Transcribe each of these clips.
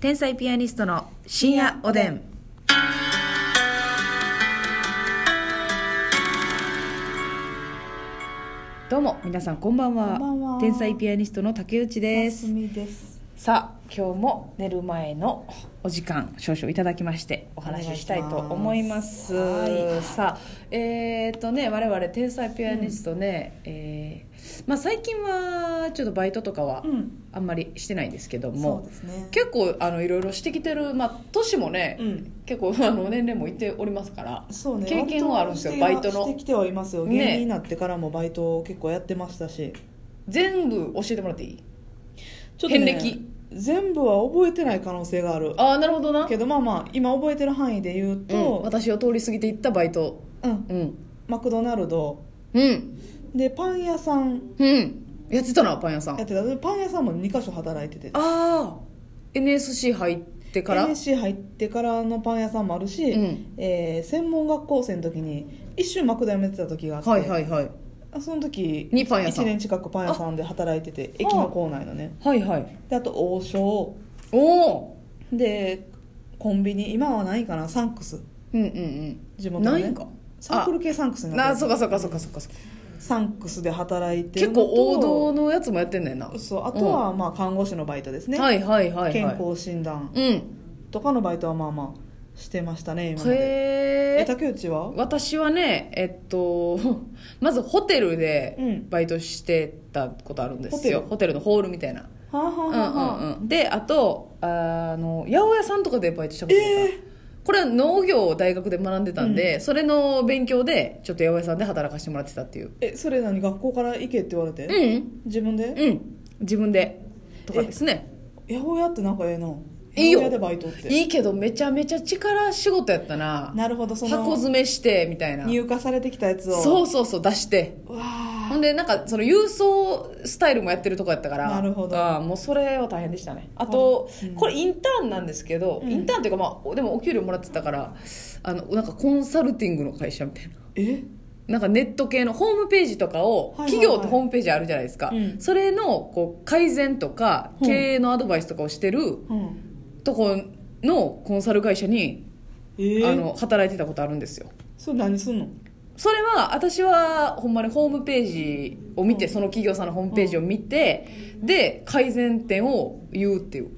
天才ピアニストの深夜おでん。どうも皆さんこんばんはこんばんは天才ピアニストの竹内でますすみです。さあ今日も寝る前のお時間少々いただきましてお話ししたいと思いますお願いしますさあえっ、とね我々天才ピアニストね、えーまあ、最近はちょっとバイトとかはん。あんまりしてないんですけどそうも、ですね。結構あのいろいろしてきてる、まあ、年もね、うん結構あの年齢もいっておりますからそうね。経験はあるんですよ割とバイトのしてきてはいますよ。ね芸人になってからもバイトを結構やってましたし。全部教えてもらっていいち遍歴全部は覚えてない可能性がある。ああなるほどな、けどまあまあ今覚えてる範囲で言ううん、と、私を通り過ぎていったバイトうん、うんマクドナルドうんでパン屋さんうんやってたなパン屋さんやってた。でパン屋さんも2か所働いてて。ああ NSC 入ってから NSC 入ってからのパン屋さんもあるし、うんえー専門学校生の時に一瞬マクドやめてた時があって、はいはいはいあその時にパン屋さん1年近くパン屋さんで働いてて駅の構内のねはいはいであと王将おおでコンビニ今はないかなサンクスうんうん地う元んの、なね、いんかサークル系サンクスにあなあってそうるかそうかそうかそうかそうかサンクスで働いてる結の構と王道のやつもやってんねんなそうあとはまあ看護師のバイトですね、はいはいはいはい健康診断うんとかのバイトはまあまあしてましたね今までへええ竹内は私はねえっと まずホテルうでんバイトしてたことあるんですよ、ホテルホテルのホールみたいなはあ、はあうんうはあはあんうんであとあの八百屋さんとかでバイトしたことあった、えこれは農業を大学で学んでたんで、それの勉強でちょっと八百屋さんで働かせてもらってたっていうえそれ何学校から行けって言われて、うん自分で、うん自分でとかですね八百屋ってなんかええないいよ八百屋でバイトっていいけどめちゃめちゃ力仕事やったななるほどそ箱の詰めしてみたいな入荷されてきたやつをそうそうそう出してうわあほんでなんかその郵送スタイルもやってるとこやったからなるほどああもうそれは大変でしたねあと、うんこれインターンなんですけど、うんインターンっていうかまあでもお給料もらってたからあのなんかコンサルティングの会社みたいなえなんかネット系のホームページとかを、はいはいはい企業ってホームページあるじゃないですか、うんそれのこう改善とかうん経営のアドバイスとかをしてるうんとこのコンサル会社に、えー、あの働いてたことあるんですよそれ何すんのそれは私はほんまにホームページを見て、うんその企業さんのホームページを見て、で改善点を言うっていう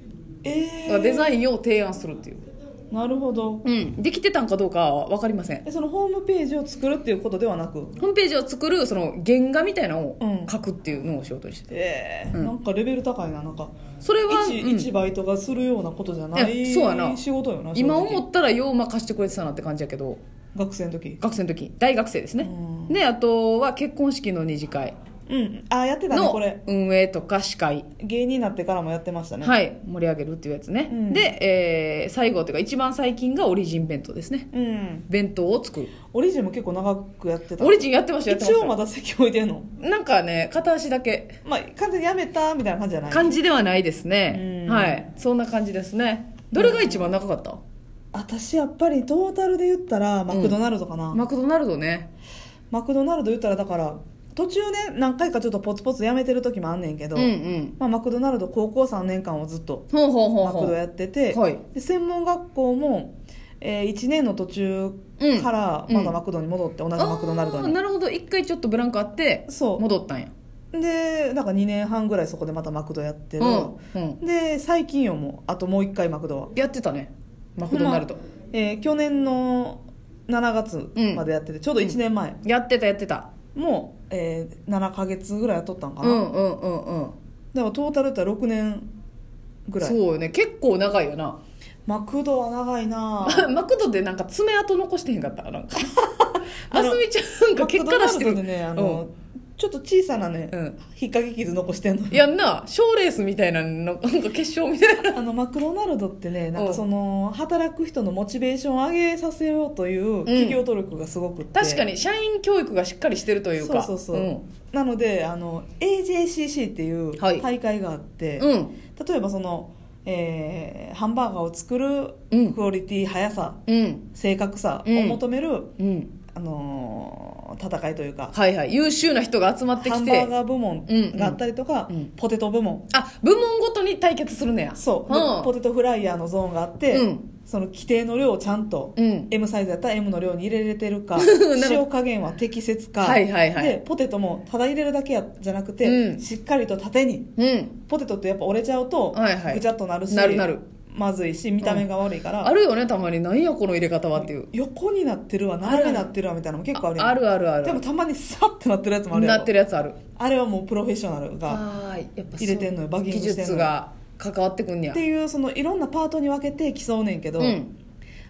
えだえからデザインを提案するっていう、なるほどうん、できてたんかどうかは分かりませんえそのホームページを作るっていうことではなくホームページを作るその原画みたいなのをうん書くっていうのを仕事にしてええうんなんかレベル高いななんかそれは一、うん一バイトがするようなことじゃないいやそうやな仕事よな今正直思ったらよう任してくれてたなって感じやけど学生の時学生の時大学生ですねうんであとは結婚式の二次会うんあやってたねのこれ運営とか司会芸人になってからもやってましたねいはい盛り上げるっていうやつね、うんで、えー最後というか一番最近がオリジン弁当ですねうん弁当を作るオリジンも結構長くやってたオリジンやってましたやってま一し応たまだ席置いてんのなんかね片足だけまあ完全にやめたみたいな感じじゃない感じではないですねうんはいそんな感じですねどれが一番長かった、私やっぱりトータルで言ったらマクドナルドかな、マクドナルドねマクドナルド言ったらだから途中ね何回かちょっとポツポツやめてる時もあんねんけど、うんうんまあ、マクドナルド高校3年間をずっとほうほうほうマほクドうやってて、はいで専門学校も、え1年の途中からうんまたマクドに戻って、同じマクドナルドあーになるほど一回ちょっとブランクあってそ戻ったんやうでなんか2年半ぐらいそこでまたマクドやってる、うんうんで最近よもうあともう1回マクドはやってたねマクドナルド、えー去年の7月までやってて、ちょうど1年前やってたやってたもう、えー7か月ぐらいやっとったんかうな、だんかうんうんうんらトータルだったら6年ぐらそういよね結構長いよなマクドは長 いなマクドでなんか爪痕残してへんかったなんかあマのスミちゃんなんか結果出してマクドナルドでるねあの、ちょっと小さなね、うん引っ掛け傷残してんのやんな賞レースみたいなのなんか決勝みたいな あのマクドナルドってねなんうんかその働く人のモチベーションを上げさせようという企業努力がすごくって、確かに社員教育がしっかりしてるというかそうそうそう、うんなのであの AJCC っていうはい大会があって、うん例えばその、えーハンバーガーを作るうんクオリティ速さうん正確さを求めるうんあのー戦いというかはいはい優秀な人が集まってハきンバてーガー部門があったりとか、うんうんうんポテト部門あ部門ごとに対決するのやそう、でポうテトフライヤーのゾーンがあって、うんその規定の量をちゃんと、ん、うん、 M サイズやったら M の量に入れれてる かほど塩加減は適切か、はいはいはいでポテトもただ入れるだけやじゃなくて、うんしっかりと縦にうんポテトってやっぱ折れちゃうと、はいはいぐちゃっとなるしなるなるまずいし見た目が悪いから、あるよねたまに何やこの入れ方はっていう横になってるわ斜めになってるわみたいなのも結構あるやんあるあるあるでもたまにサッてなってるやつもあるやなろってるやつあるあれはもうプロフェッショナルがあーやっぱそう入れてんのよバッキング技してんのよ術が関わってくんねやっていうそのいろんなパートに分けて競うねんけど、うん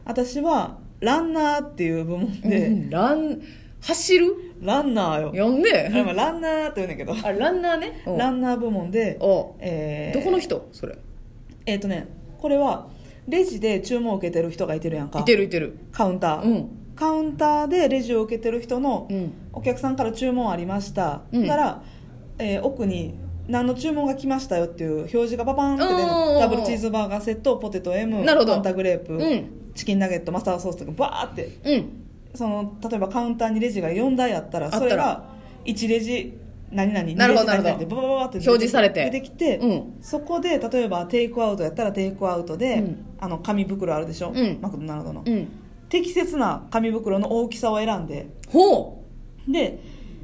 私はランナーっていう部門で、うんラン走るランナーよ呼んあれでまあランナーって言うねんけどあランナーねランンナー部門で、おえーどこの人それえっ、とねこれはレジで注文を受けてる人がいてるやんかいてるいてるカウンター、うんカウンターでレジを受けてる人のうんお客さんから注文ありました、うんから、えー奥に何の注文が来ましたよっていう表示がパパーンって出るおーおーおのーダブルチーズバーガーセットポテト M なるほどパンタグレープ、うんチキンナゲットマスタードソースとかバーってうんその例えばカウンターにレジが4台あったらったらそれが1レジ何々なるほど二レなるほジ何々どってババババって表示されて出てきて、うんそこで例えばテイクアウトやったらテイクアウトで、うんあの紙袋あるでしょ、うんマクドナルドの、うん適切な紙袋の大きさを選んでほで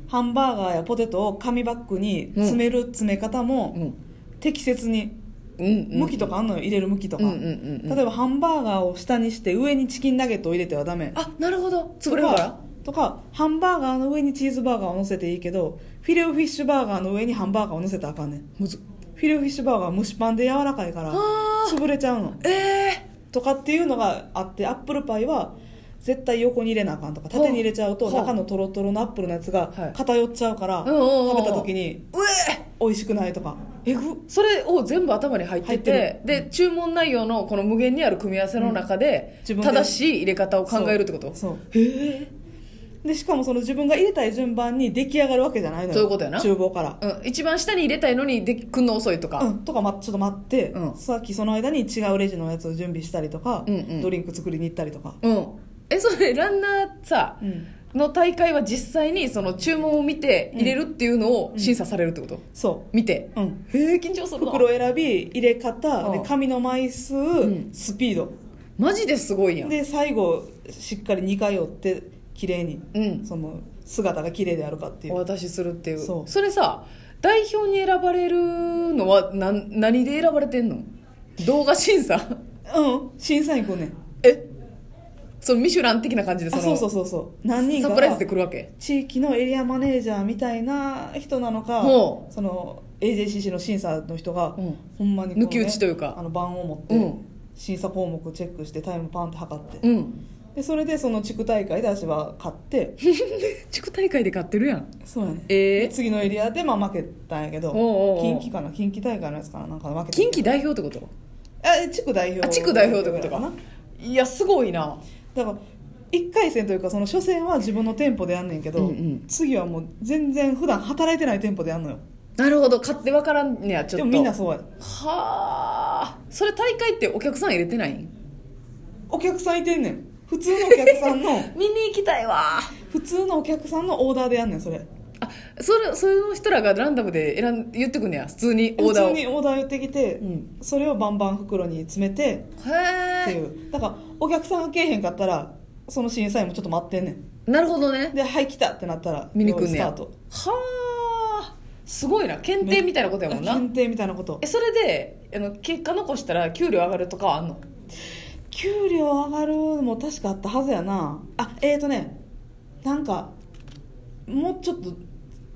ハンバーガーやポテトを紙バッグに詰める詰め方ううもん適切にうんうん向きとかあんのよ入れる向きとか、うんうんうんうん例えばハンバーガーを下にして上にチキンナゲットを入れてはダメあなるほどと潰れるからかとかハンバーガーの上にチーズバーガーを乗せていいけどフィレオフィッシュバーガーの上にハンバーガーを乗せたらあかんねんむずっフィレオフィッシュバーガーは蒸しパンで柔らかいからあー潰れちゃうのええとかっていうのがあってアップルパイは絶対横に入れなあかんとか縦に入れちゃうとはあ中のトロトロのアップルのやつがはい偏っちゃうからうんうんうんうん食べた時にうえ美味しくないとかえぐそれを全部頭に入ってて入ってで注文内容のこの無限にある組み合わせの中で、うん自分で正しい入れ方を考えるってことそうへえでしかもその自分が入れたい順番に出来上がるわけじゃないのよそういうことやな厨房からうん、一番下に入れたいのにでくんの遅いとうか、ん、とか、ま、ちょっと待って、うんさっきその間に違うレジのやつを準備したりとか、うんうんドリンク作りに行ったりとか、うんえそれランナーさ、うんの大会は実際にその注文を見て入れるっていうのを審査されるってこと、そ見てう、うん、へえ緊張するな袋選び入れ方うんで紙の枚数、んスピードマジですごいやんで最後しっかり2回折って綺麗に、うんその姿が綺麗であるかっていおう渡しするっていうそうれさ代表に選ばれるのは何何で選ばれてんの動画審査うん審査員来んねんえそのミシュラン的な感じであそのそうそうそうそう何人サかプライズでが来るわけ地域のエリアマネージャーみたいな人なのかほその AJCC の審査の人が、うんほんまにこうね抜き打ちというかあの盤を持って、うん審査項目をチェックしてタイムパンって測って、うんでそれでその地区大会で私は 勝って地区大会で勝ってるやんそうやねええで次のエリアでまあ負けたんやけどおうおうおう近畿かな近畿大会のやつかななんか負けた近畿代表ってことあ地区代表あ地区代表ってことかいやすごいなだから1回戦というかその初戦は自分の店舗でやんねんけど、うんうん次はもう全然普段働いてない店舗でやんのよなるほど勝手分からんねやちょっとでもみんなそうやはあそれ大会ってお客さん入れてないんお客さんいてんねん普通のお客さん の見に行きたいわ普通のお客さんのオーダーでやんねんそれあそれそういう人らがランダムで選ん言ってくんねや普通にオ普ーダー通をにオーダー言ってきて、うんそれをバンバン袋に詰めてっていへうだからお客さんがけえへんかったらその審査員もちょっと待ってんねんえなるほどねで「はい来た」ってなったら見に来ん用意ねスタやートはあすごいな検定みたいなことやもんな検定みたいなことえそれであの結果残したら給料上がるとかはあんの給料上がるのも確かあったはずやなあえーとねなんかもうちょっと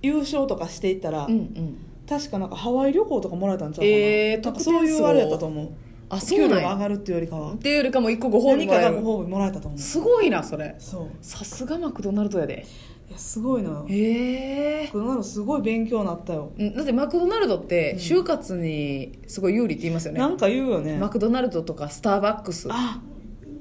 優勝とかしていったら、うんうん確かなんかハワイ旅行とかもらえたんちゃうかな,、えーなんか特典そうい数うをあれやったと思うあそうな給んや料が上がるっていうよりかはっていうよりかも一個ご褒美何もからえがるご褒美もらえたと思うすごいなそれそうさすがマクドナルドやでいやすごいのよへえ僕なのすごい勉強になったようんだってマクドナルドって就活にすごい有利って言いますよね、なんか言うよねマクドナルドとかスターバックスあ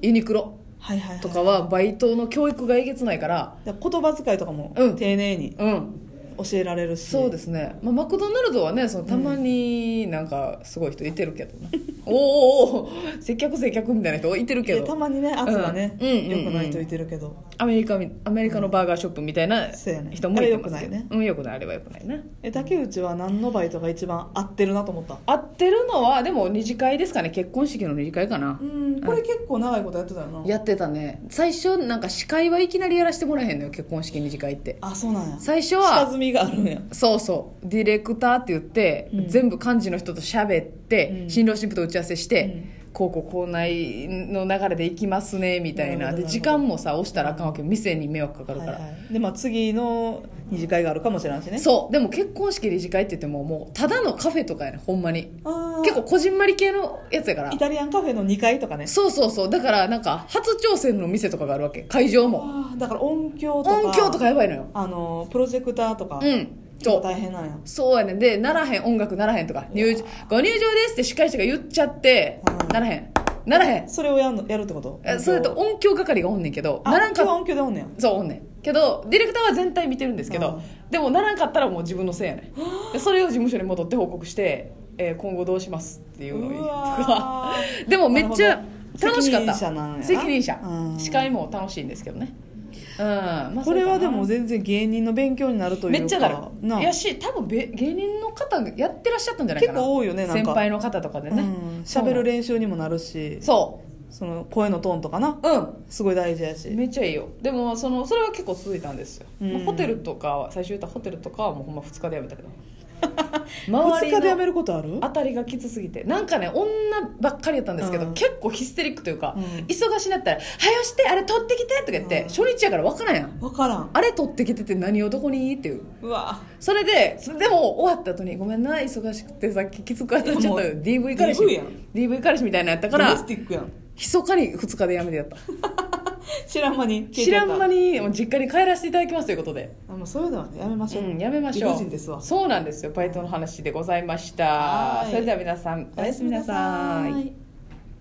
ユニクロはいはい、はい、とかはバイトの教育がえげつないからだから言葉遣いとかもうん丁寧にうん教えられるし、そうですね、まあ、マクドナルドはねそのたまになんかすごい人いてるけどな、おーおーおー接客接客みたいな人いてるけいやたどまにね圧がね、うんうんうんうんよくないと言ってるけど、アメリカみアメリカのバーガーショップみたいなそうやね人もいてますけど、あれ良くないねうんよくないあれはよくないなえ竹内は何のバイトが一番合ってるなと思った合ってるのはでも二次会ですかね結婚式の二次会かなう、んこれ結構長いことやってたよなやってたね最初なんか司会はいきなりやらせてもらえへんのよ結婚式二次会ってあそうなんや最初下は積みがあるんやそうそうディレクターって言って、うん全部幹事の人と喋って、うん新郎新婦と打ち合わせして、うんこうこう校内の流れで行きますねみたいななるほでどなるほど時間もさ押したらあかんわけ店に迷惑かかるから、はいはい、でまあ次の二次会があるかもしれんしねそうでも結婚式理事会って言ってももうただのカフェとかやねほんまにあー結構こじんまり系のやつやからイタリアンカフェの2階とかねそうそうそうだからなんか初挑戦の店とかがあるわけ会場もあーだから音響とか音響とかやばいのよあのプロジェクターとか、うん結そ構う大変なんやそうやねんでならへん音楽ならへんとか入場ご入場ですって司会者が言っちゃってうんならへんならへんそれをやんのやるってことえそれと音響係がおんねんけどあならん今日はか音響でおんねんそうおんねんけどディレクターは全体見てるんですけどでもならんかったらもう自分のせいやねんでそれを事務所に戻って報告して、えー今後どうしますっていうのを言ううとかわ ーでもめっちなゃるほど楽しかった責任者なんやな責任者うん司会も楽しいんですけどねうん、まあこれはでそもうか全然芸人の勉強になるとないうかめっちゃだろないやし多分べ芸人の方やってらっしゃったんじゃないかな結構多いよねなんか先輩の方とかでうねん喋る練習にもなるしそその声のトーンとかなううんすごい大事やしめっちゃいいよでもそのそれは結構続いたんですよ、うんまあホテルとかは最初言ったホテルとかはもうほんま2日でやめた けど周2りの日でやめることあるあたりがきつすぎてなんかね女ばっかりやったんですけど、うん結構ヒステリックというか、うん忙しになったら「はよしてあれ取ってきて」とか言って、うん初日やから分からんやん分からんあれ取ってきてて何をどこにっていううわそれでそでも終わった後に「ごめんな忙しくてさっききつく当たっちゃっもうたよ DV 彼氏 DV やん DV 彼氏みたいなのやっただかかららティックやん密かに2日でやめてやった知らん間に知らん間ににもう実家に帰らせていただきますということであもうそういうのはねやめましょう、うん、やめましょう理不尽ですわそうなんですよバイトの話でございましたはいそれでは皆さんおやすみなさいは